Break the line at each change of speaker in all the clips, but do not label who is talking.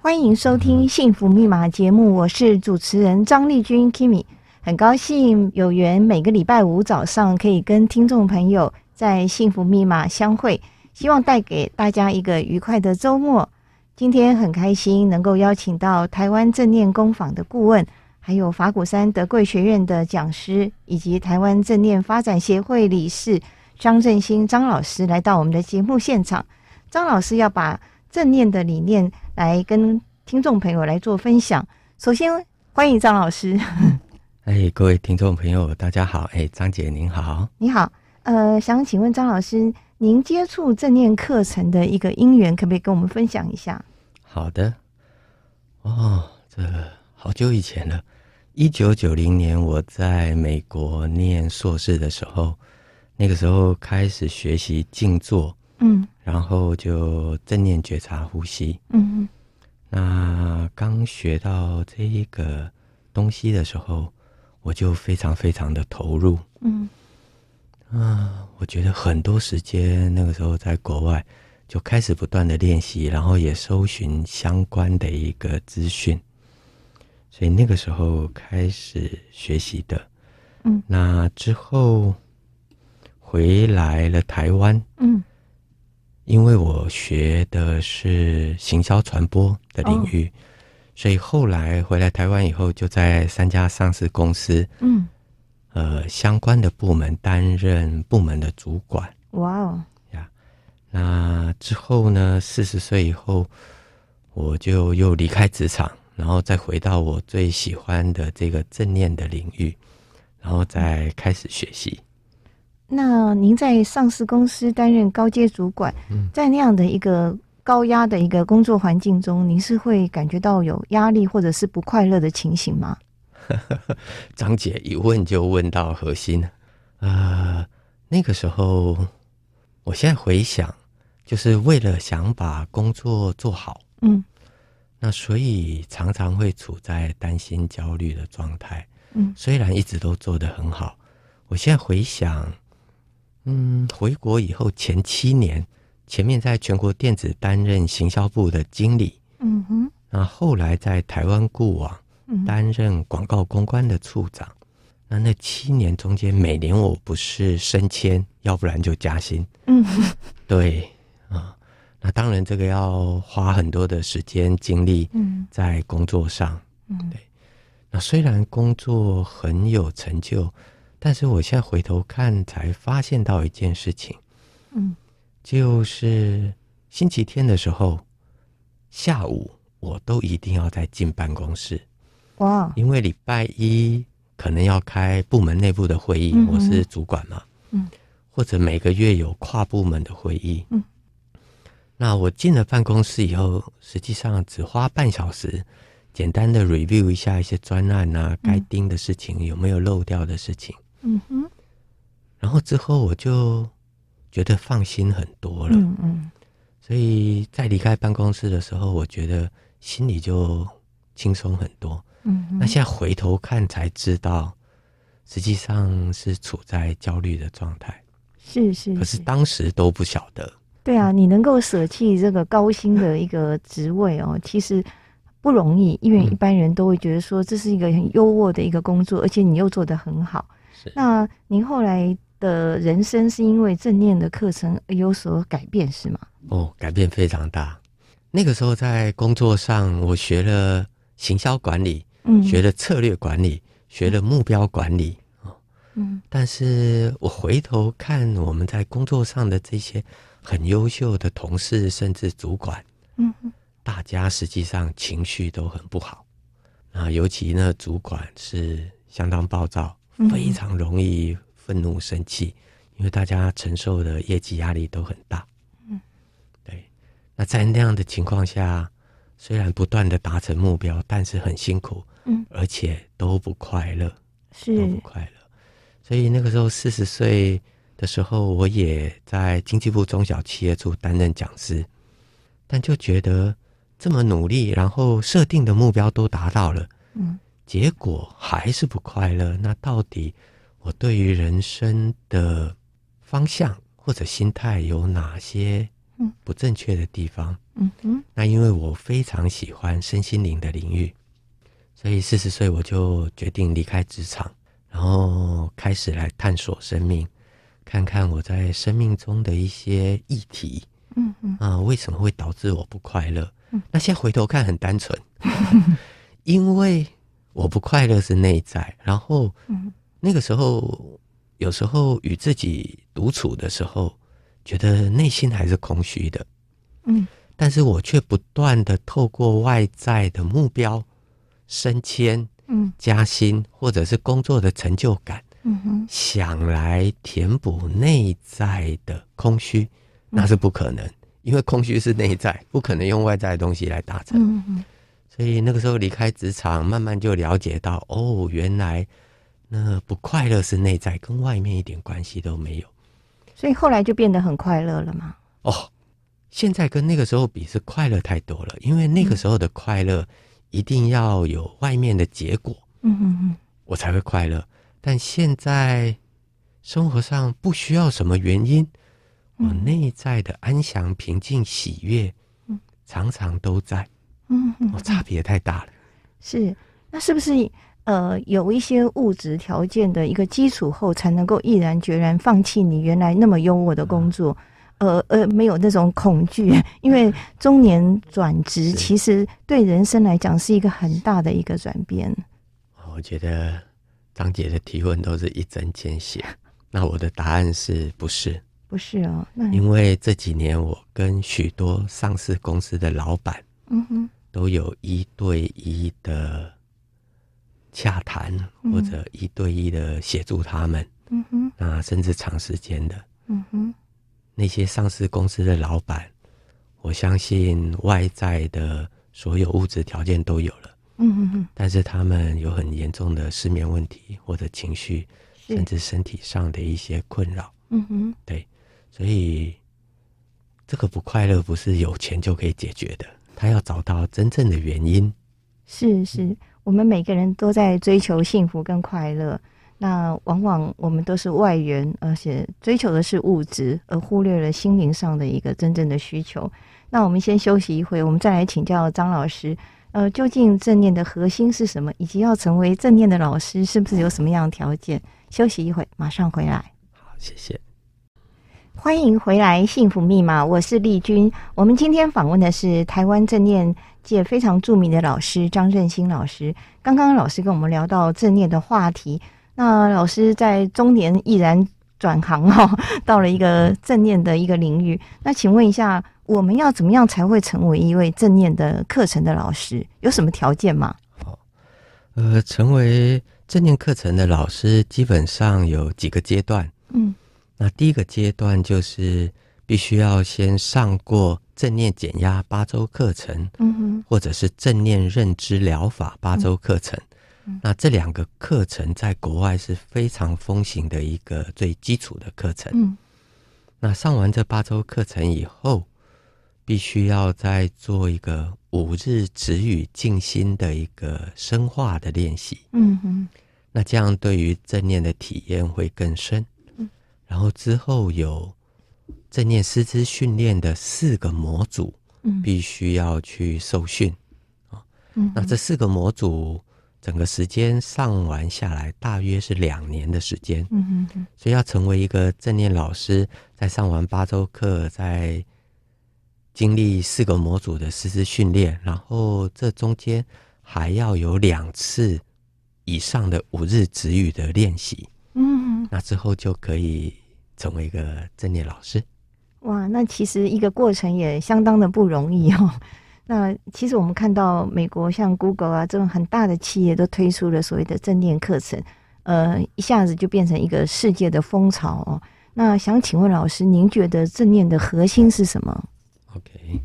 欢迎收听《幸福密码》节目，我是主持人张丽君 Kimi。很高兴有缘每个礼拜五早上可以跟听众朋友在《幸福密码》相会，希望带给大家一个愉快的周末。今天很开心能够邀请到台湾正念工坊的顾问，还有法鼓山德贵学院的讲师，以及台湾正念发展协会理事张振兴张老师来到我们的节目现场。张老师要把正念的理念来跟听众朋友来做分享。首先，欢迎张老师，
哎，各位听众朋友，大家好！哎，张姐您好，
你好。呃，想请问张老师，您接触正念课程的一个因缘，可不可以跟我们分享一下？
好的。哦，这个好久以前了，一九九零年我在美国念硕士的时候，那个时候开始学习静坐，
嗯
然后就正念觉察呼吸。
嗯
那刚学到这一个东西的时候，我就非常非常的投入，
嗯
啊，我觉得很多时间那个时候在国外就开始不断的练习，然后也搜寻相关的一个资讯，所以那个时候开始学习的。
嗯，
那之后回来了台湾，
嗯
因为我学的是行销传播的领域，所以后来回来台湾以后，就在三家上市公司
嗯，
呃相关的部门担任部门的主管。
哇哦，
那之后呢，四十岁以后，我就又离开职场，然后再回到我最喜欢的这个正念的领域，然后再开始学习。
那您在上市公司担任高阶主管，
嗯
在那样的一个高压的一个工作环境中，您是会感觉到有压力或者是不快乐的情形吗？
张姐一问就问到核心了，呃，那个时候，我现在回想，就是为了想把工作做好，
嗯
那所以常常会处在担心、焦虑的状态。
嗯
虽然一直都做得很好，我现在回想，嗯，回国以后前七年，前面在全国电子担任行销部的经理，
嗯哼
那后来在台湾固网
嗯
担任广告公关的处长。那那七年中间，每年我不是升迁，要不然就加薪。
嗯
对啊、那当然这个要花很多的时间精力
嗯
在工作上。
嗯
那虽然工作很有成就，但是我现在回头看才发现到一件事情，
嗯
就是星期天的时候下午，我都一定要再进办公室，
哇
因为礼拜一可能要开部门内部的会议，
嗯哼
我是主管嘛，
嗯，
或者每个月有跨部门的会议，
嗯，
那我进了办公室以后，实际上只花半小时，简单的 review 一下一些专案啊，该盯的事情、有没有漏掉的事情，
嗯哼
然后之后我就觉得放心很多了，
嗯嗯
所以在离开办公室的时候，我觉得心里就轻松很多。
嗯哼
那现在回头看才知道，实际上是处在焦虑的状态，
是是
可是当时都不晓得。
对啊，你能够舍弃这个高薪的一个职位哦，其实不容易，因为
嗯
一般人都会觉得说这是一个很优渥的一个工作，而且你又做得很好。
是
那您后来的人生是因为正念的课程而有所改变是吗？
哦，改变非常大。那个时候在工作上，我学了行销管理，
嗯，
学了策略管理，学了目标管理。
嗯
但是我回头看我们在工作上的这些很优秀的同事，甚至主管，
嗯嗯
大家实际上情绪都很不好。啊，尤其呢，主管是相当暴躁，
嗯
非常容易愤怒、生气，因为大家承受的业绩压力都很大。
嗯，
对。那在那样的情况下，虽然不断的达成目标，但是很辛苦，
嗯，
而且都不快乐，都不
是
快乐。所以那个时候四十岁的时候，我也在经济部中小企业处担任讲师，但就觉得这么努力，然后设定的目标都达到了，
嗯
结果还是不快乐。那到底我对于人生的方向或者心态有哪些
嗯
不正确的地方？
嗯哼，
那因为我非常喜欢身心灵的领域，所以四十岁我就决定离开职场，然后开始来探索生命，看看我在生命中的一些议题
嗯哼，
啊、为什么会导致我不快乐？
嗯
那现在回头看很单纯， 因为我不快乐是内在，然后
嗯
那个时候有时候与自己独处的时候，觉得内心还是空虚的。
嗯
但是我却不断的透过外在的目标、升迁、
嗯
加薪，或者是工作的成就感，
嗯哼，
想来填补内在的空虚，那是不可能，因为空虚是内在，不可能用外在的东西来达成。
嗯哼，
所以那个时候离开职场，慢慢就了解到，哦，原来那不快乐是内在，跟外面一点关系都没有。
所以后来就变得很快乐了嘛。
哦，现在跟那个时候比是快乐太多了，因为那个时候的快乐一定要有外面的结果，
嗯哼哼，
我才会快乐。但现在生活上不需要什么原因，我内在的安详、平静、喜悦，
嗯
常常都在，
嗯哼
哦，差别太大了。
是，那是不是呃有一些物质条件的一个基础后，才能够毅然决然放弃你原来那么优渥的
嗯
工作？呃呃，没有那种恐惧， 因为中年转职
是
其实对人生来讲是一个很大的一个转变。
哦我觉得张姐的提问都是一针 见血，那我的答案是不是？
不是哦，那你
因为这几年我跟许多上市公司的老板。
嗯哼
都有一对一的洽谈，
嗯
或者一对一的协助他们，
嗯哼
那啊甚至长时间的
嗯哼
那些上市公司的老板，我相信外在的所有物质条件都有了，
嗯哼哼，
但是他们有很严重的失眠问题或者情绪，
是
甚至身体上的一些困扰，
嗯哼
所以这个不快乐不是有钱就可以解决的，他要找到真正的原因。
是是，我们每个人都在追求幸福跟快乐。那往往我们都是外援，而且追求的是物质，而忽略了心灵上的一个真正的需求。那我们先休息一会，我们再来请教张老师，呃，究竟正念的核心是什么，以及要成为正念的老师，是不是有什么样的条件？休息一会，马上回来。
好，谢谢。
欢迎回来，《幸福密码》，我是丽君。我们今天访问的是台湾正念界非常著名的老师张振兴老师。刚刚老师跟我们聊到正念的话题，那老师在中年毅然转行哦， 到了一个正念的一个领域。那请问一下，我们要怎么样才会成为一位正念的课程的老师？有什么条件吗？
呃，成为正念课程的老师，基本上有几个阶段。
嗯
那第一个阶段就是必须要先上过正念减压八周课程，
嗯哼
或者是正念认知疗法八周课程。
嗯
那这两个课程在国外是非常风行的一个最基础的课程。
嗯
那上完这八周课程以后，必须要再做一个五日止语静心的一个深化的练习。
嗯哼
那这样对于正念的体验会更深。
嗯
然后之后有正念师资训练的四个模组，
嗯
必须要去受训。
嗯
那这四个模组整个时间上完下来，大约是两年的时间。
嗯哼嗯
所以要成为一个正念老师，在上完八周课，在经历四个模组的师资训练，然后这中间还要有两次以上的五日止语的练习，
嗯哼
那之后就可以成为一个正念老师。
哇，那其实一个过程也相当的不容易哦。那其实我们看到美国像 Google 啊这种很大的企业都推出了所谓的正念课程，呃，一下子就变成一个世界的风潮哦。那想请问老师，您觉得正念的核心是什么？
OK，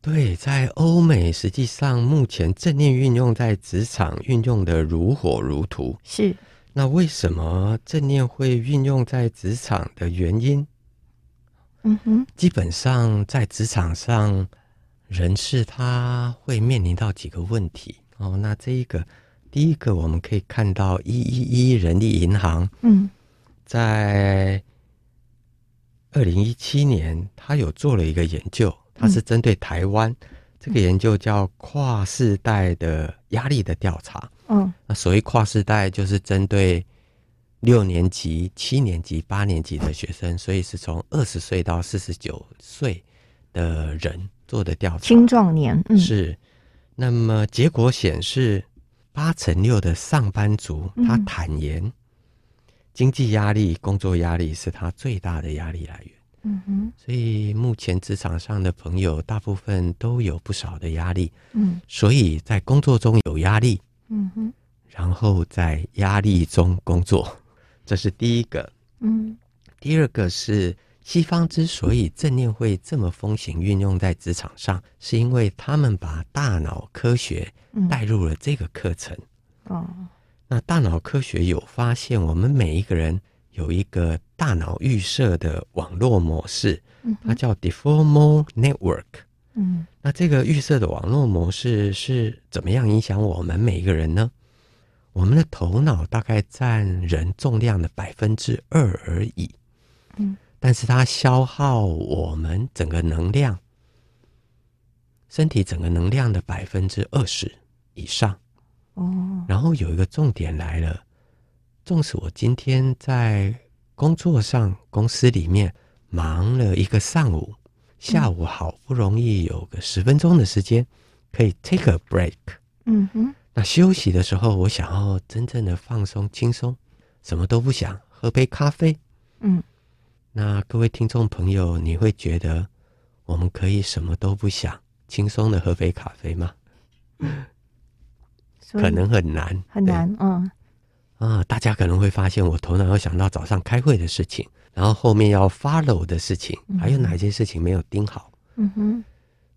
对，在欧美，实际上目前正念运用在职场运用的如火如荼，
是，
那为什么正念会运用在职场的原因？
嗯哼，
基本上在职场上，人事他会面临到几个问题哦。那这一个，第一个我们可以看到一一一人力银行
嗯
在二零一七年，他有做了一个研究，它是针对台湾、这个研究叫跨世代的压力的调查。
嗯
那所谓跨世代，就是针对六年级、七年级、八年级的学生，所以是从二十岁到四十九岁的人做的调查。
青壮年，嗯，
是，那么结果显示，八成六的上班族
嗯
他坦言，经济压力、工作压力是他最大的压力来源。
嗯哼，
所以目前职场上的朋友，大部分都有不少的压力，
嗯
所以在工作中有压力，
嗯哼，
然后在压力中工作，这是第一个。
嗯
第二个是西方之所以正念会这么风行运用在职场上，是因为他们把大脑科学
嗯，
带入了这个课程。
哦，
那大脑科学有发现，我们每一个人有一个大脑预设的网络模式，
嗯
它
哼
叫 deformal network。
嗯
那这个预设的网络模式是怎么样影响我们每一个人呢？我们的头脑大概占人重量的百分之二而已，
嗯，
但是它消耗我们整个能量，身体整个能量的百分之二十以上。
哦，
然后有一个重点来了，纵使我今天在工作上、公司里面忙了一个上午，下午好不容易有个十分钟的时间，可以 take a break。
嗯哼，
那休息的时候，我想要真正的放松、轻松，什么都不想，喝杯咖啡。
嗯
那各位听众朋友，你会觉得我们可以什么都不想，轻松的喝杯咖啡吗？
所以
可能很难，
嗯很
对
难，嗯
啊，大家可能会发现，我头脑要想到早上开会的事情，然后后面要 follow 的事情，还有哪些事情没有盯好，
嗯哼，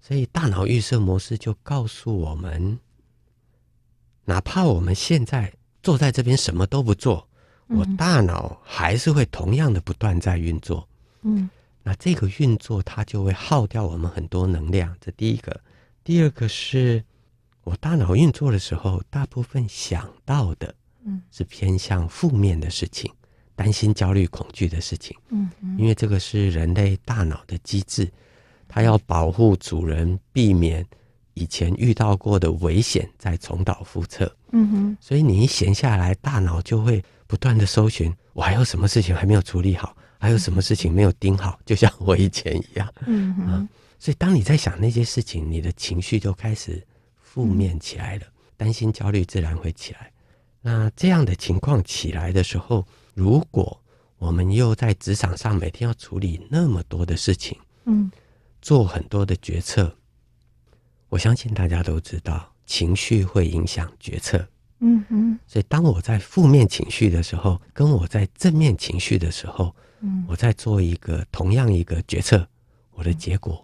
所以大脑预设模式就告诉我们，哪怕我们现在坐在这边什么都不做，我
嗯
大脑还是会同样的不断在运作。
嗯
那这个运作它就会耗掉我们很多能量，这第一个。第二个是我大脑运作的时候，大部分想到的
嗯
是偏向负面的事情，担心、焦虑、恐惧的事情，
嗯哼，
因为这个是人类大脑的机制，它要保护主人，避免以前遇到过的危险再重蹈覆辙。
嗯哼，
所以你一闲下来，大脑就会不断的搜寻，我还有什么事情还没有处理好，还有什么事情没有盯好，就像我以前一样。
嗯哼，
所以当你在想那些事情，你的情绪就开始负面起来了，担心、焦虑自然会起来。那这样的情况起来的时候，如果我们又在职场上每天要处理那么多的事情，
嗯
做很多的决策，我相信大家都知道，情绪会影响决策。
嗯哼，
所以，当我在负面情绪的时候，跟我在正面情绪的时候，
嗯
我在做一个同样一个决策，我的结果，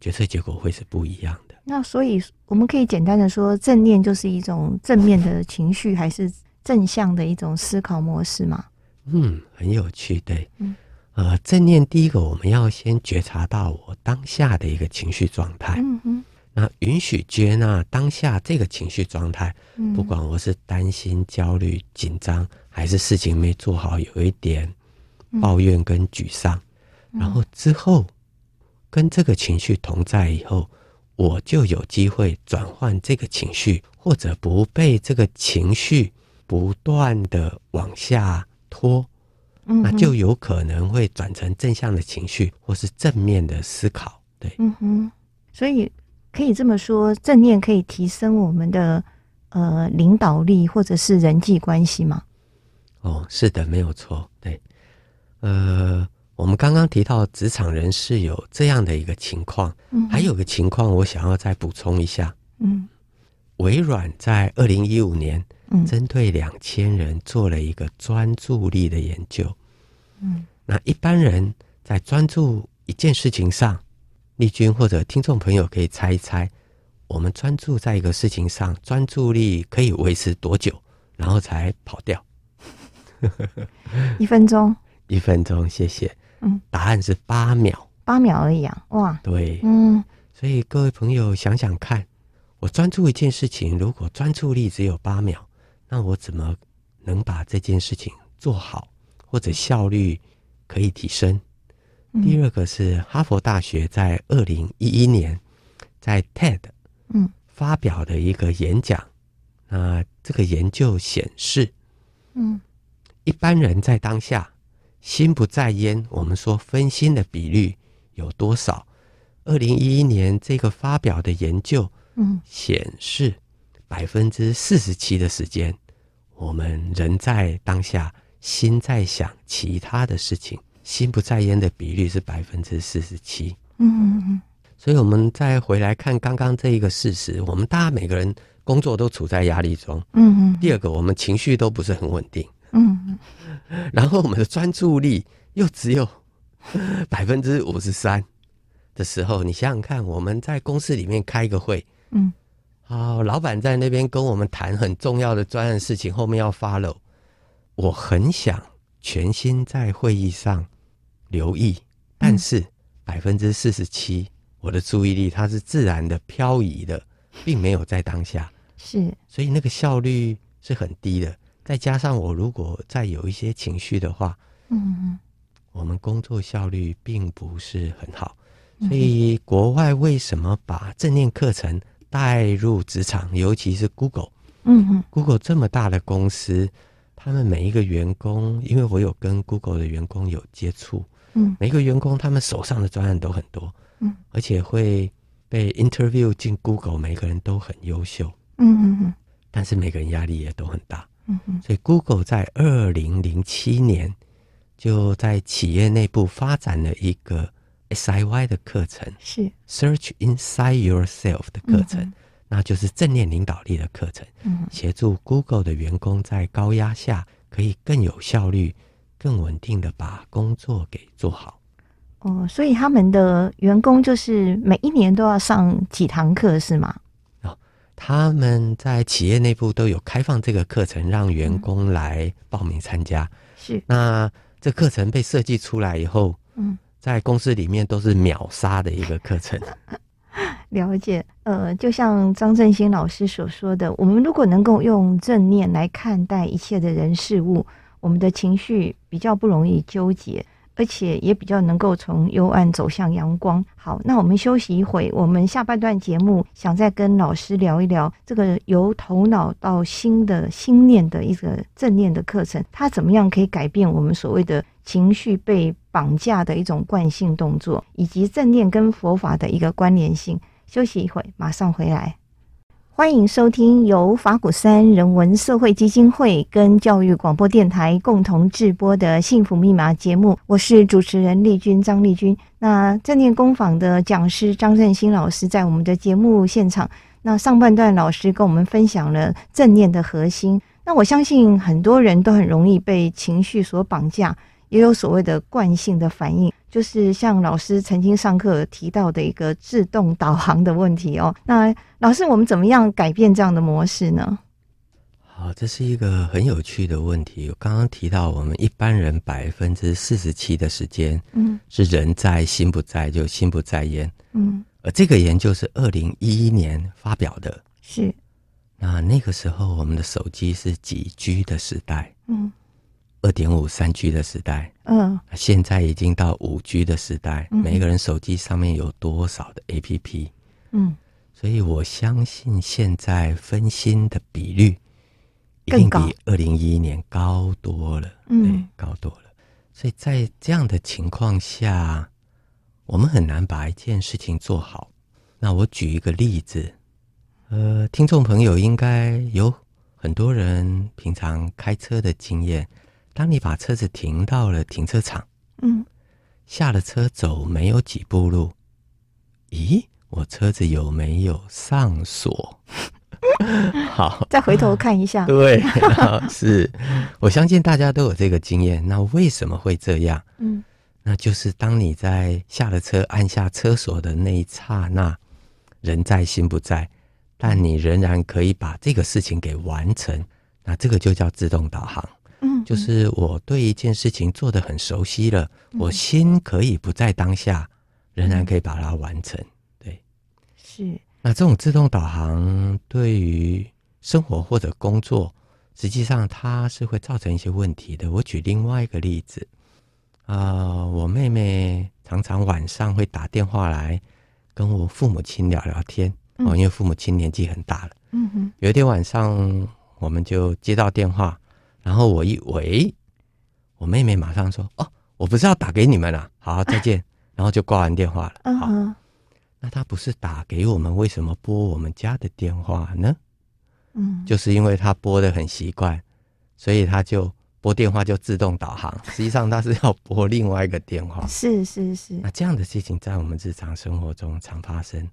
决策结果会是不一样的。
那所以我们可以简单的说，正念就是一种正面的情绪，还是正向的一种思考模式嘛？
嗯，很有趣，对，
嗯
呃，正念第一个，我们要先觉察到我当下的一个情绪状态，
嗯哼，
那允许接纳当下这个情绪状态，
嗯
不管我是担心、焦虑、紧张，还是事情没做好，有一点
嗯
抱怨跟沮丧，然后之后跟这个情绪同在以后，我就有机会转换这个情绪，或者不被这个情绪不断的往下拖，
嗯
那
哼
就有可能会转成正向的情绪，或是正面的思考。对，
嗯哼，所以可以这么说，正念可以提升我们的呃领导力或者是人际关系嘛？
哦，是的，没有错，对，呃，我们刚刚提到职场人是有这样的一个情况，
嗯
还有个情况我想要再补充一下，
嗯
微软在二零一五年
嗯
针对两千人做了一个专注力的研究，
嗯
那一般人在专注一件事情上，丽君或者听众朋友可以猜一猜，我们专注在一个事情上，专注力可以维持多久，然后才跑掉？
一分钟
一分钟，谢谢。
嗯，
答案是八秒。
八秒而已啊！哇，
对，
嗯
所以各位朋友想想看，我专注一件事情，如果专注力只有八秒，那我怎么能把这件事情做好，或者效率可以提升？第二个是哈佛大学在二零一一年在 TED
嗯
发表的一个演讲。那这个研究显示，
嗯
一般人在当下心不在焉，我们说分心的比率有多少？二零一一年这个发表的研究
嗯
显示，百分之四十七的时间，我们人在当下，心在想其他的事情，心不在焉的比率是百分之四十七。
嗯
所以，我们再回来看刚刚这一个事实，我们大家每个人工作都处在压力中。
嗯
第二个，我们情绪都不是很稳定，
嗯
然后我们的专注力又只有百分之五十三的时候，你想想看，我们在公司里面开一个会，
嗯
啊、老板在那边跟我们谈很重要的专案事情，后面要 follow。我很想全心在会议上留意，但是百分之四十七，我的注意力它是自然的漂移的，并没有在当下，
是
所以那个效率是很低的。再加上我如果再有一些情绪的话，
嗯
我们工作效率并不是很好，所以国外为什么把正念课程带入职场，尤其是 Google？
嗯
Google 这么大的公司，他们每一个员工，因为我有跟 Google 的员工有接触，
嗯
每一个员工他们手上的专案都很多，
嗯
而且会被 interview 进 Google，每个人都很优秀，
嗯
但是每个人压力也都很大，
嗯
所以 Google 在二零零七年就在企业内部发展了一个 SIY 的课程
是
，Search Inside Yourself 的课程，那就是正念领导力的课程。
嗯
协助 Google 的员工在高压下可以更有效率、更稳定的把工作给做好。
哦，所以他们的员工就是每一年都要上几堂课是吗？
他们在企业内部都有开放这个课程，让员工来报名参加。
是
那这课程被设计出来以后，
嗯。
在公司里面都是秒杀的一个课 程。
了解，呃，就像张振兴老师所说的，我们如果能够用正念来看待一切的人事物，我们的情绪比较不容易纠结，而且也比较能够从幽暗走向阳光。好，那我们休息一会，我们下半段节目想再跟老师聊一聊这个由头脑到心的心念的一个正念的课程，它怎么样可以改变我们所谓的情绪被绑架的一种惯性动作，以及正念跟佛法的一个关联性。休息一会，马上回来。欢迎收听由法鼓山人文社会基金会跟教育广播电台共同制播的《幸福密码》节目，我是主持人丽君张丽君。那正念工坊的讲师张振兴老师在我们的节目现场。那上半段老师跟我们分享了正念的核心。那我相信很多人都很容易被情绪所绑架，也有所谓的惯性的反应，就是像老师曾经上课提到的一个自动导航的问题哦。那老师，我们怎么样改变这样的模式呢？
好，这是一个很有趣的问题。我刚刚提到，我们一般人百分之四十七的时间
嗯
是人在心不在，就心不在焉。
嗯，
而这个研究是二零一一年发表的。
是，
那那个时候，我们的手机是几 G 的时代，
嗯
二点五、三 G 的时代，
嗯
那现在已经到五 G 的时代。
嗯
每一个人手机上面有多少的 APP？
嗯，
所以我相信现在分心的比率一
更
定
高
比二零一一年高多了，
嗯
对，高多了。所以在这样的情况下，我们很难把一件事情做好。那我举一个例子，呃，听众朋友应该有很多人平常开车的经验，当你把车子停到了停车场，
嗯
下了车走没有几步路，咦，我车子有没有上锁？ 好，
再回头看一下，
对， 是，我相信大家都有这个经验。那为什么会这样？
嗯
那就是当你在下了车按下车锁的那一刹那，人在心不在，但你仍然可以把这个事情给完成。那这个就叫自动导航。
嗯，
就是我对一件事情做得很熟悉了，我心可以不在当下，仍然可以把它完成。对，
是，
那这种自动导航对于生活或者工作，实际上它是会造成一些问题的。我举另外一个例子，啊、我妹妹常常晚上会打电话来跟我父母亲聊聊天
嗯
哦，因为父母亲年纪很大了。
嗯哼，
有一天晚上，我们就接到电话，然后我一喂，我妹妹马上说：“哦，我不是要打给你们了、好，再 见。”然后就挂完电话了。
嗯
好，
哼，
那她不是打给我们，为什么拨我们家的电话呢？
嗯，
就是因为她拨的很习惯，所以她就拨电话就自动导航。实际上她是要拨另外一个电 话。
是是是
那，这样的事情在我们日常生活中常发生，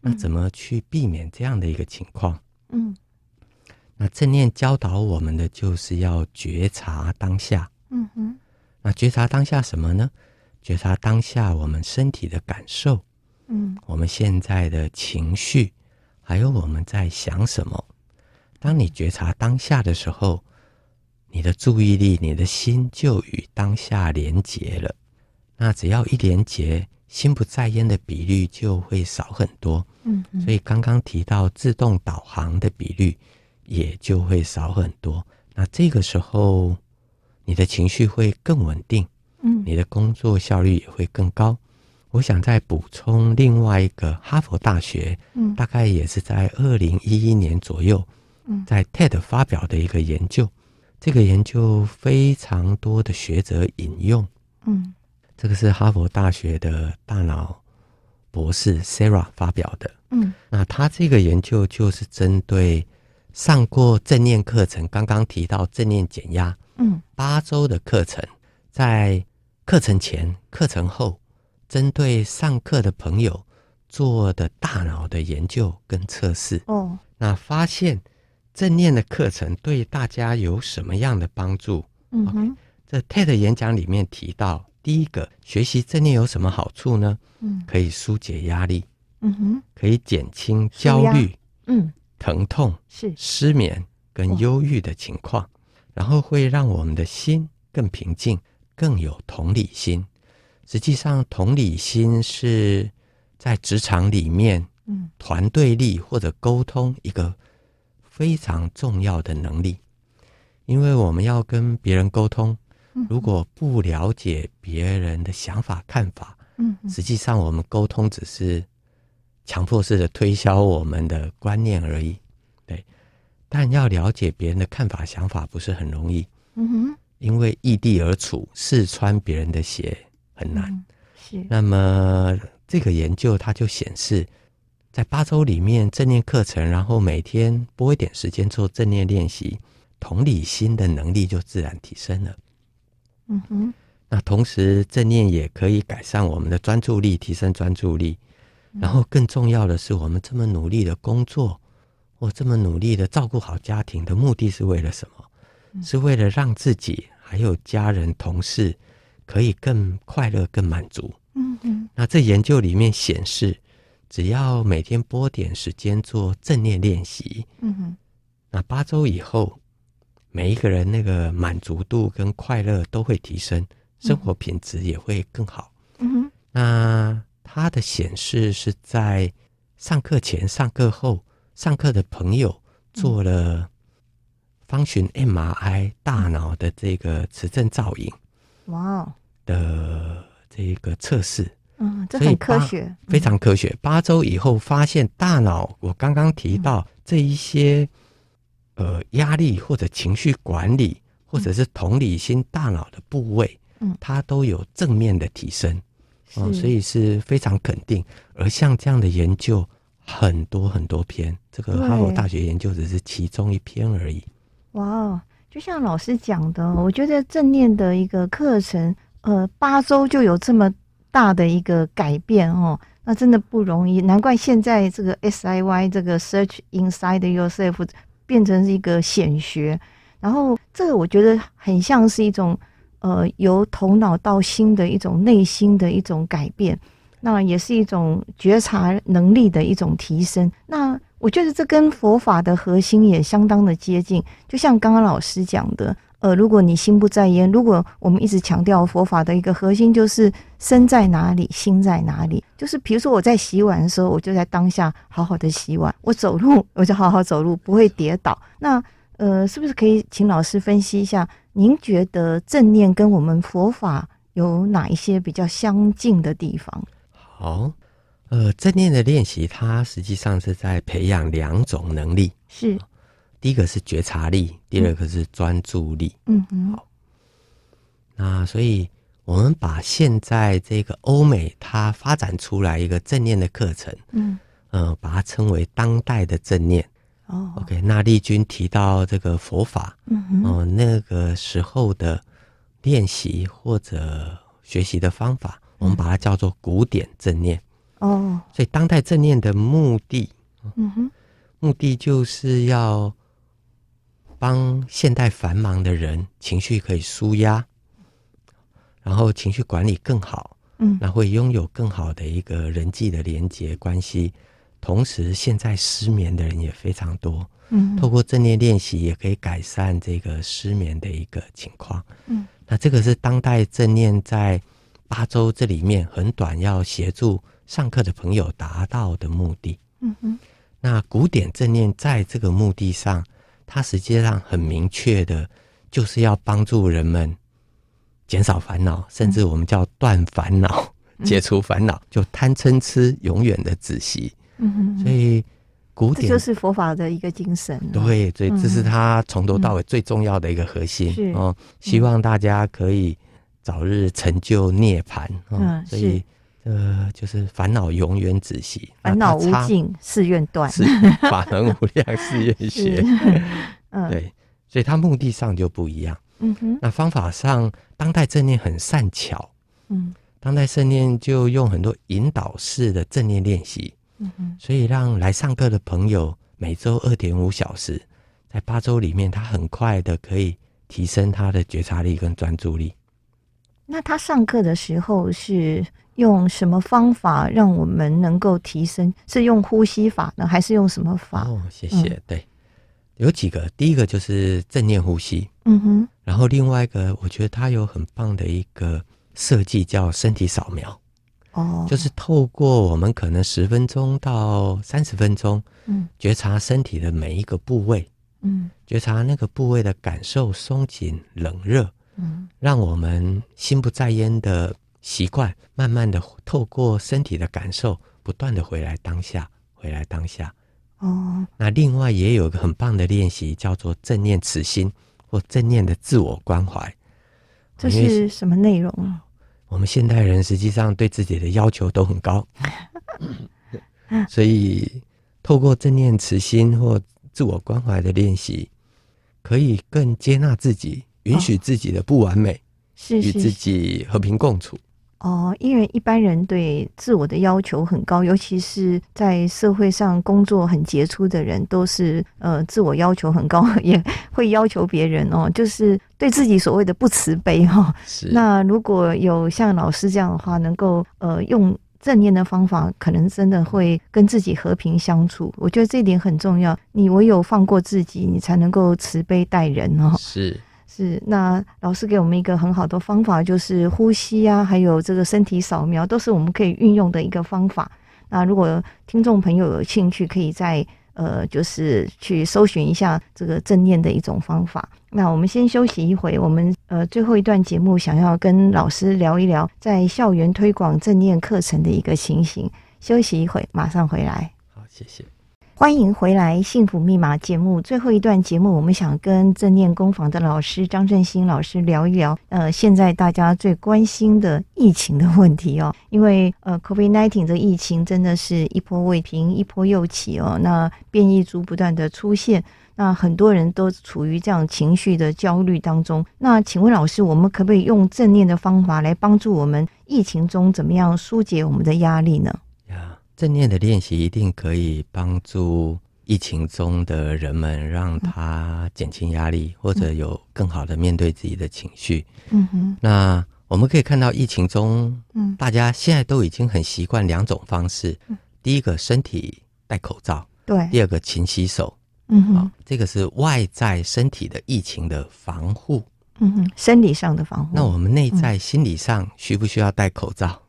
那怎么去避免这样的一个情况？
嗯
那正念教导我们的就是要觉察当下。
嗯哼，
那觉察当下什么呢？觉察当下我们身体的感受，
嗯
我们现在的情绪，还有我们在想什么。当你觉察当下的时候，你的注意力、你的心就与当下连结了。那只要一连结，心不在焉的比率就会少很多。
嗯哼，
所以刚刚提到自动导航的比率也就会少很多。那这个时候，你的情绪会更稳定，
嗯
你的工作效率也会更高。我想再补充另外一个哈佛大学，
嗯
大概也是在二零一一年左右
嗯，
在 TED 发表的一个研究。这个研究非常多的学者引用，
嗯
这个是哈佛大学的大脑博士 Sarah 发表的。
嗯
那他这个研究就是针对上过正念课程，刚刚提到正念减压
嗯
八周的课程，在课程前、课程后，针对上课的朋友做的大脑的研究跟测试，
哦，
那发现正念的课程对大家有什么样的帮助？
嗯哼，
这 TED 演讲里面提到，第一个，学习正念有什么好处呢？
嗯
可以疏解压力，
嗯哼，
可以减轻
舒压
焦虑、
嗯
疼痛、
是，
失眠跟
哇
忧郁的情况，然后会让我们的心更平静，更有同理心。实际上，同理心是在职场里面
嗯
团队力或者沟通一个非常重要的能力，因为我们要跟别人沟通，
嗯，
如果不了解别人的想法看法，
嗯嗯
实际上，我们沟通只是强迫式的推销我们的观念而已。对，但要了解别人的看法、想法不是很容易，
嗯哼，
因为异地而处，试穿别人的鞋很难。
嗯是，
那么，这个研究它就显示，在八周里面正念课程，然后每天拨一点时间做正念练习，同理心的能力就自然提升了。
嗯哼，
那同时，正念也可以改善我们的专注力，提升专注力。然后更重要的是，我们这么努力的工作，或这么努力的照顾好家庭的目的是为了什么？是为了让自己还有家人、同事可以更快乐、更满足。
嗯哼，
那这研究里面显示，只要每天拨点时间做正念练习，
嗯哼，
那八周以后，每一个人那个满足度跟快乐都会提升，生活品质也会更好。
嗯哼，
那它的显示是在上课前、上课后，上课的朋友做了方寻 MRI 大脑的这个磁振造影
哇哦，
的这个测试，
嗯，这
所以
很科
八
学，
非常科学。八周以后发现，大脑我刚刚提
嗯
到这一些，呃，压力或者情绪管理，或者是同理心，大脑的部位，
嗯
它都有正面的提升，哦，
是
所以是非常肯定。而像这样的研究很多很多篇，这个哈佛
对
大学研究只是其中一篇而已。
哇哦，就像老师讲的，哦我觉得正念的一个课程，呃，八周就有这么大的一个改变哦，那真的不容易，难怪现在这个 SIY 这个 Search Inside Yourself 变成是一个显学。然后这个我觉得很像是一种，呃，由头脑到心的一种内心的一种改变。那也是一种觉察能力的一种提升。那我觉得这跟佛法的核心也相当的接近。就像刚刚老师讲的，呃，如果你心不在焉，如果我们一直强调佛法的一个核心就是身在哪里，心在哪里，就是比如说我在洗碗的时候，我就在当下好好的洗碗；我走路，我就好好走路，不会跌倒。那呃，是不是可以请老师分析一下？您觉得正念跟我们佛法有哪一些比较相近的地方？
好，呃，正念的练习，它实际上是在培养两种能力，
是，
第一个是觉察力，第二个是专注力。
嗯哼，
那所以，我们把现在这个欧美它发展出来一个正念的课程，
嗯，
嗯、把它称为当代的正念。
哦，
OK，那丽君提到这个佛法，
嗯哼，
哦、那个时候的练习或者学习的方法，我
嗯
们把它叫做古典正念。
哦，
所以，当代正念的目的，
嗯哼，
目的就是要帮现代繁忙的人情绪可以舒压，然后情绪管理更好，
嗯，
那会拥有更好的一个人际的连接关系。同时，现在失眠的人也非常多，
嗯
透
哼，
过正念练习也可以改善这个失眠的一个情况。
嗯，
那这个是当代正念在八周这里面很短，要协助上课的朋友达到的目的。
嗯哼，
那古典正念在这个目的上，它实际上很明确的，就是要帮助人们减少烦恼，甚至我们叫断烦恼、
嗯
解除烦恼，就贪嗔痴永远的止息。
嗯哼，
所以古
这
典
就是佛法的一个精神了。
对，所以这是
嗯
它从头到尾最重要的一个核心。
是嗯
哦，希望大家可以早日成就涅槃。哦、
嗯
所以
是
呃，就是烦恼永远止息，
烦
那
恼
它
无
差
尽，誓愿断。
啊是 法门无量誓愿
是
学，
嗯，，
对，所以它目的上就不一样。
嗯哼，
那方法上，当代正念很善巧，
嗯
当代正念就用很多引导式的正念练习，
嗯哼，
所以让来上课的朋友每周二点五小时，在八周里面，他很快的可以提升他的觉察力跟专注力。
那他上课的时候是用什么方法让我们能够提升？是用呼吸法呢，还是用什么法？
哦，谢谢。
嗯
对，有几个，第一个就是正念呼吸，
嗯哼，
然后另外一个，我觉得它有很棒的一个设计叫身体扫描，
哦，
就是透过我们可能十分钟到三十分钟，
嗯
觉察身体的每一个部位，
嗯
觉察那个部位的感受松紧、冷热，
嗯
让我们心不在焉的习惯，慢慢的透过身体的感受，不断的回来当下，回来当下。
哦
那另外也有一个很棒的练习，叫做正念慈心或正念的自我关怀。
这
因为
是什么内容啊？
我们现代人实际上对自己的要求都很高，所以透过正念慈心或自我关怀的练习，可以更接纳自己，允许自己的不完美，
哦是
与自
是是
己和平共处。
哦，因为一般人对自我的要求很高，尤其是在社会上工作很杰出的人，都是呃自我要求很高， 也会要求别人哦，就是对自己所谓的不慈悲哈、哦。
是
那如果有像老师这样的话，能够呃用正念的方法，可能真的会跟自己和平相处。我觉得这一点很重要。你唯有放过自己，你才能够慈悲待人哦。
是
是，那老师给我们一个很好的方法，就是呼吸啊，还有这个身体扫描，都是我们可以运用的一个方法。那如果听众朋友有兴趣，可以在呃，就是去搜寻一下这个正念的一种方法。那我们先休息一会，我们呃最后一段节目想要跟老师聊一聊在校园推广正念课程的一个情形。休息一会，马上回来。
好，谢谢。
欢迎回来，《幸福密码》节目最后一段节目，我们想跟正念工坊的老师张振兴老师聊一聊，呃，现在大家最关心的疫情的问题哦， 因为呃，COVID-19 这个疫情真的是一波未平，一波又起哦，那变异株不断的出现，那很多人都处于这样情绪的焦虑当中。那请问老师，我们可不可以用正念的方法来帮助我们疫情中怎么样疏解我们的压力呢？
呀，正念的练习一定可以帮助疫情中的人们，让他减轻压力，或者有更好的面对自己的情绪。
嗯哼，
那我们可以看到，疫情中
嗯
大家现在都已经很习惯两种方式
嗯：
第一个，身体戴口罩；
对，
第二个，勤洗手。
嗯
好、
哼。
这个是外在身体的疫情的防护。
嗯哼，生理上的防护，
那我们内在心理上需不需要戴口罩？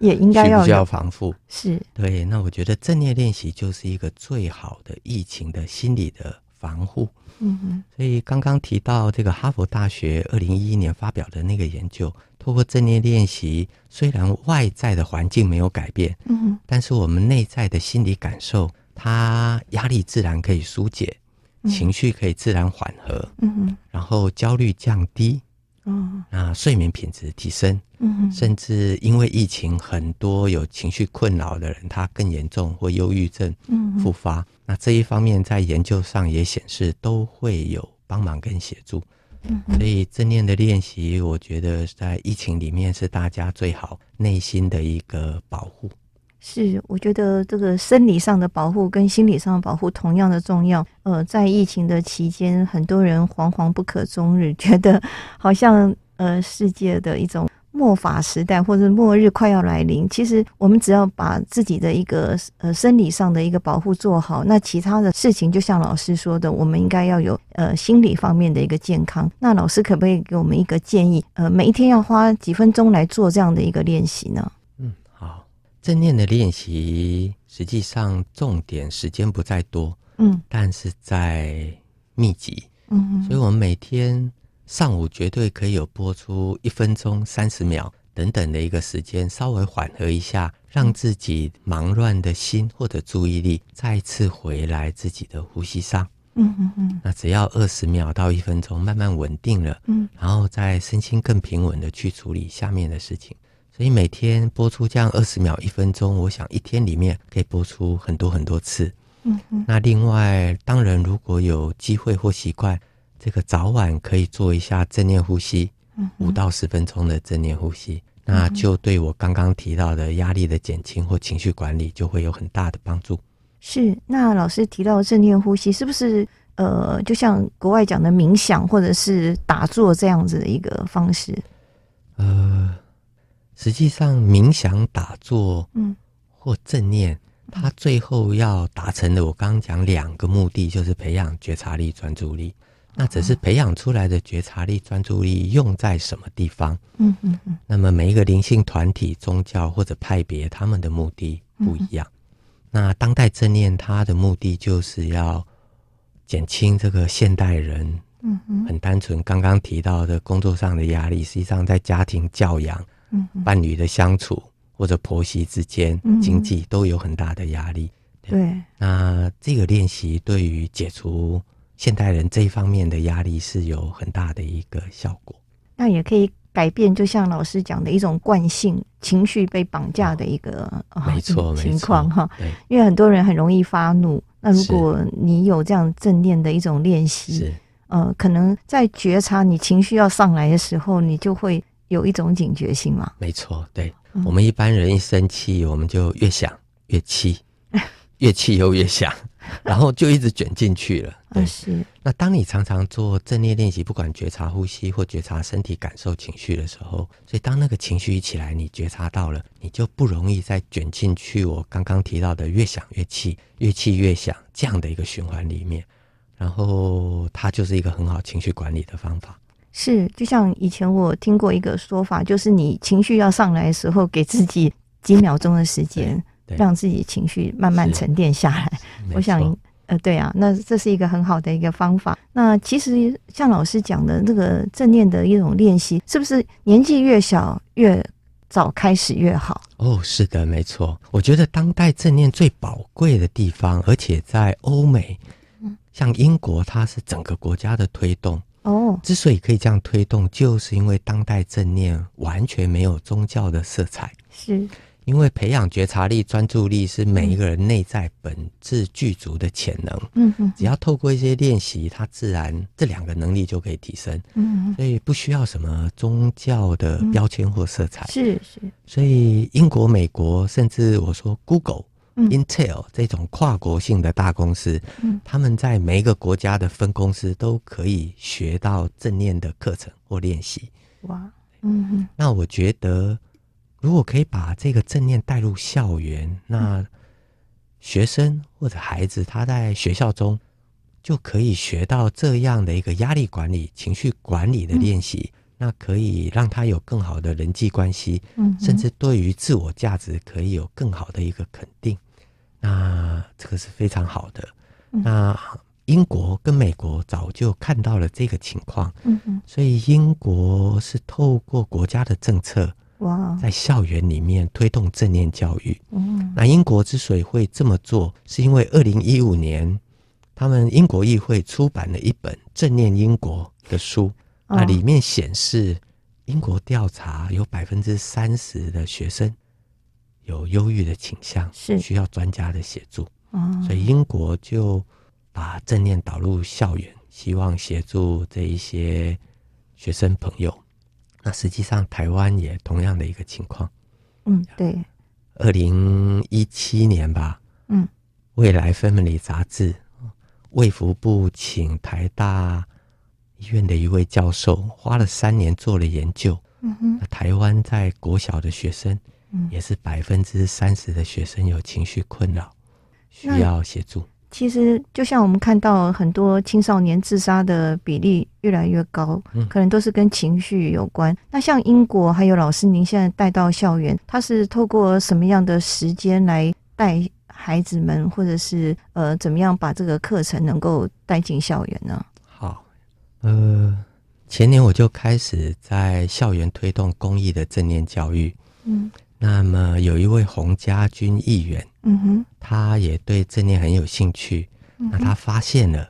也应该
需
要
不需要
有
防护？
是，
对，那我觉得正念练习就是一个最好的疫情的心理的防护。
嗯哼，
所以刚刚提到这个哈佛大学二零一一年发表的那个研究，透过正念练习，虽然外在的环境没有改变，
嗯
但是我们内在的心理感受，它压力自然可以疏解，
嗯
情绪可以自然缓和，
嗯
然后焦虑降低，
嗯
那睡眠品质提升，
嗯
甚至因为疫情，很多有情绪困扰的人，他更严重或忧郁症
嗯
复发。那这一方面在研究上也显示都会有帮忙跟协助。所以正念的练习，我觉得在疫情里面是大家最好内心的一个保护。
是，我觉得这个生理上的保护跟心理上的保护同样的重要。呃，在疫情的期间，很多人惶惶不可终日， 觉得好像呃世界的一种末法时代或者末日快要来临。其实我们只要把自己的一个呃生理上的一个保护做好，那其他的事情就像老师说的，我们应该要有呃心理方面的一个健康。那老师可不可以给我们一个建议？呃，每一天要花几分钟来做这样的一个练习呢？
嗯，好，正念的练习实际上重点时间不在多，
嗯
但是在密集，
嗯
所以我们每天上午绝对可以有播出一分钟、三十秒等等的一个时间，稍微缓和一下，让自己忙乱的心或者注意力再次回来自己的呼吸上。
嗯嗯嗯。
那只要二十秒到一分钟，慢慢稳定了，
嗯，
然后再身心更平稳的去处理下面的事情。所以每天播出这样二十秒、一分钟，我想一天里面可以播出很多很多次。
嗯嗯
那另外，当然如果有机会或习惯，这个早晚可以做一下正念呼吸，
嗯
五到十分钟的正念呼吸，那就对我刚刚提到的压力的减轻或情绪管理就会有很大的帮助。
是。那老师提到正念呼吸，是不是呃，就像国外讲的冥想或者是打坐这样子的一个方式？
呃，实际上冥想、打坐
嗯
或正念，它最后要达成的，我刚刚讲两个目的，就是培养觉察力、专注力。那
哦
只是培养出来的觉察力、专注力用在什么地方？
嗯嗯嗯
那么每一个灵性团体、宗教或者派别，他们的目的不一样。那当代正念，它的目的就是要减轻这个现代人
嗯嗯
很单纯刚刚提到的工作上的压力，实际上在家庭教养、
嗯嗯，
伴侣的相处或者婆媳之间
嗯、
经济都有很大的压力。
对，
那这个练习对于解除现代人这一方面的压力是有很大的一个效果。
那也可以。改变就像老师讲的一种惯性，情绪被绑架的一个、啊
没错，没
情
错
况哈，，
对，
因为很多人很容易发怒。那如
是
果你有这样正念的一种练习，
是。
呃，可能在觉察你情绪要上来的时候，你就会有一种警觉性嘛。
没错，对、
嗯
我们一般人一生气，我们就越想 越气，越气又越想，然后就一直卷进去了。对，
啊，是，
那当你常常做正念练习，不管觉察呼吸或觉察身体感受情绪的时候，所以当那个情绪一起来，你觉察到了，你就不容易再卷进去我刚刚提到的越想越气、越气越想这样的一个循环里面。然后它就是一个很好情绪管理的方法。
是，就像以前我听过一个说法，就是你情绪要上来的时候，给自己几秒钟的时间，
对，
让自己情绪慢慢
是
沉淀下来。
没
我想
错，
呃，对啊，那这是一个很好的一个方法。那其实像老师讲的这个正念的一种练习，是不是年纪越小越早开始越好？
哦，是的，没错。我觉得当代正念最宝贵的地方，而且在欧美，像英国，它是整个国家的推动。
哦，
之所以可以这样推动，就是因为当代正念完全没有宗教的色彩。
是，
因为培养觉察力、专注力是每一个人内在本质具足的潜能，
嗯嗯
只要透过一些练习，它自然这两个能力就可以提升，
嗯，
所以不需要什么宗教的标签或色彩。
是是，
所以英国、美国，甚至我说 Google、
嗯
Intel 这种跨国性的大公司，
嗯
他们在每一个国家的分公司都可以学到正念的课程或练习。
哇，嗯嗯
那我觉得，如果可以把这个正念带入校
嗯
园，那学生或者孩子他在学校中就可以学到这样的一个压力管理、情绪管理
嗯
的练习，那可以让他有更好的人际关系，
嗯，
甚至对于自我价值可以有更好的一个肯定，那这个是非常好的。那一英国跟美国早就看到了这个情况，
嗯哼，
所以英国是透过国家的政策，
哇，
在校园里面推动正念教育。
嗯
那英国之所以会这么做，是因为二零一五年他们英国议会出版了一本《正念英国》的书，
哦
那里面显示，英国调查有百分之三十的学生有忧郁的倾向，
是
需要专家的协助，
哦，
所以英国就把正念导入校园，希望协助这一些学生朋友。那实际上，台湾也同样的一个情况。
嗯，对，
二零一七年吧，
嗯，
《未来 Family》杂志，卫福部请台大医院的一位教授，花了三年做了研究。
嗯哼，
那台湾在国小的学生，
嗯
也是百分之三十的学生有情绪困扰，需
那
要协助。
其实就像我们看到很多青少年自杀的比例越来越高，
嗯
可能都是跟情绪有关。那像英国还有老师，您现在带到校园，他是透过什么样的时间来带孩子们，或者是呃怎么样把这个课程能够带进校园呢？
好，呃，前年我就开始在校园推动公益的正念教育。
嗯
那么有一位洪家军议员，
嗯哼，
他也对正念很有兴趣，
嗯
那他发现了，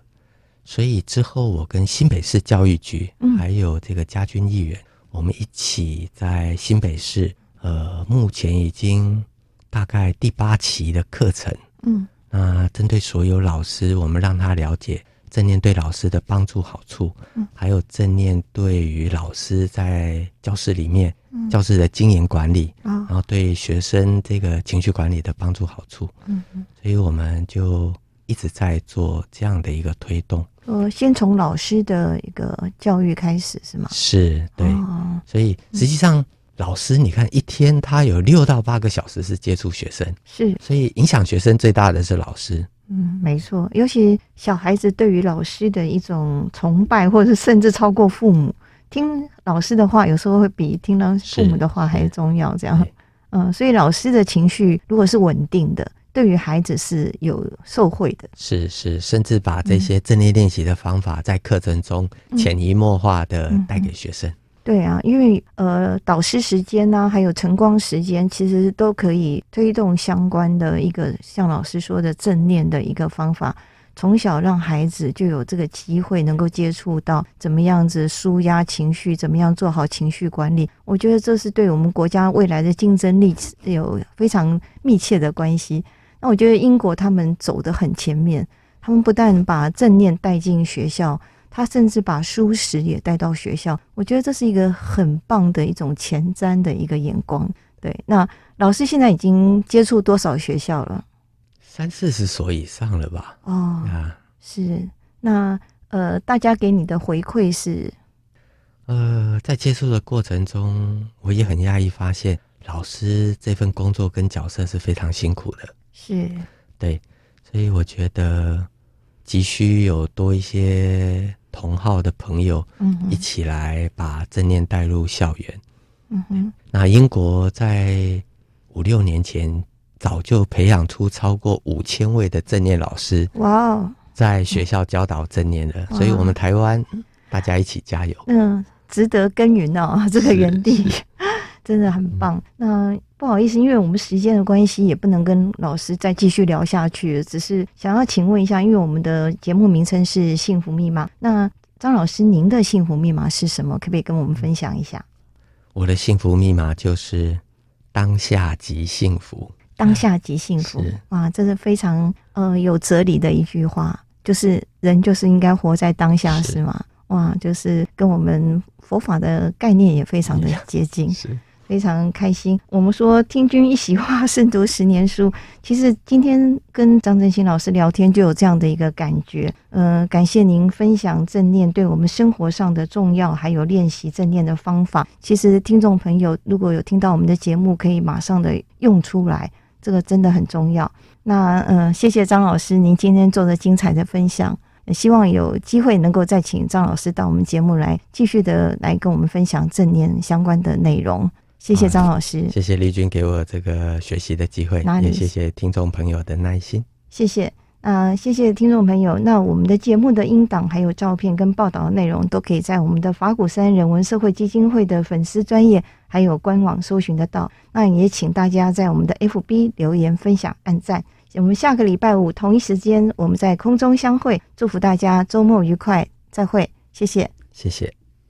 所以之后我跟新北市教育局，
嗯
还有这个家军议员，我们一起在新北市，呃，目前已经大概第八期的课程，
嗯
那针对所有老师，我们让他了解正念对老师的帮助好处，
嗯
还有正念对于老师在教室里面
嗯
教室的经营管理，
啊
然后对学生这个情绪管理的帮助好处。
嗯嗯，
所以我们就一直在做这样的一个推动，
呃，先从老师的一个教育开始是吗？
是对，
哦
所以实际上老师你看一天他有六到八个小时是接触学生，
是，
所以影响学生最大的是老师，
嗯，没错，尤其小孩子对于老师的一种崇拜，或者是甚至超过父母，听老师的话，有时候会比听到父母的话还重要。这样
对，
嗯，所以老师的情绪如果是稳定的，对于孩子是有受惠的。
是是，甚至把这些正念练习的方法在课程中潜移默化的带给学生，
对啊，因为呃，导师时间呐、还有晨光时间，其实都可以推动相关的一个，像老师说的正念的一个方法。从小让孩子就有这个机会，能够接触到怎么样子舒压情绪，怎么样做好情绪管理。我觉得这是对我们国家未来的竞争力是有非常密切的关系。那我觉得英国他们走得很前面，他们不但把正念带进学校，他甚至把书识也带到学校，我觉得这是一个很棒的一种前瞻的一个眼光。对，那老师现在已经接触多少学校了？
三四十所以上了吧？
哦，
啊，
是。那呃，大家给你的回馈是，
呃，在接触的过程中，我也很讶异发现，老师这份工作跟角色是非常辛苦的。
是，
对，所以我觉得急需有多一些同好的朋友
嗯
一
哼，
起来把正念带入校园。
嗯哼，
那英国在五六年前早就培养出超过五千位的正念老师，
哇哦，
在学校教导正念了。所以，我们台湾大家一起加油。
嗯，值得耕耘哦， 这个园地真的很棒。
嗯
那不好意思，因为我们时间的关系，也不能跟老师再继续聊下去，只是想要请问一下，因为我们的节目名称是《幸福密码》，那张老师您的幸福密码是什么？可不可以跟我们分享一
嗯
下？
我的幸福密码就是当下即幸福。
当下即幸福
是，
哇，这是非常呃有哲理的一句话，就是人就是应该活在当下，
是
是吗？哇，就是跟我们佛法的概念也非常
哎
的接近。
是，
非常开心。我们说听君一席话，胜读十年书。其实今天跟张振兴老师聊天，就有这样的一个感觉。呃，感谢您分享正念对我们生活上的重要，还有练习正念的方法。其实听众朋友如果有听到我们的节目，可以马上的用出来，这个真的很重要。那呃，谢谢张老师您今天做的精彩的分享。也希望有机会能够再请张老师到我们节目来，继续的来跟我们分享正念相关的内容。谢谢张老师，
谢谢丽君给我这个学习的机会
哪，里
也谢谢听众朋友的耐心。
谢谢。呃，谢谢听众朋友。那我们的节目的音档、还有照片跟报道的内容，都可以在我们的法鼓山人文社会基金会的粉丝专业还有官网搜寻得到。那也请大家在我们的 FB 留言、分享、按赞。我们下个礼拜五同一时间，我们在空中相会。祝福大家周末愉快，再会，谢谢。
谢谢。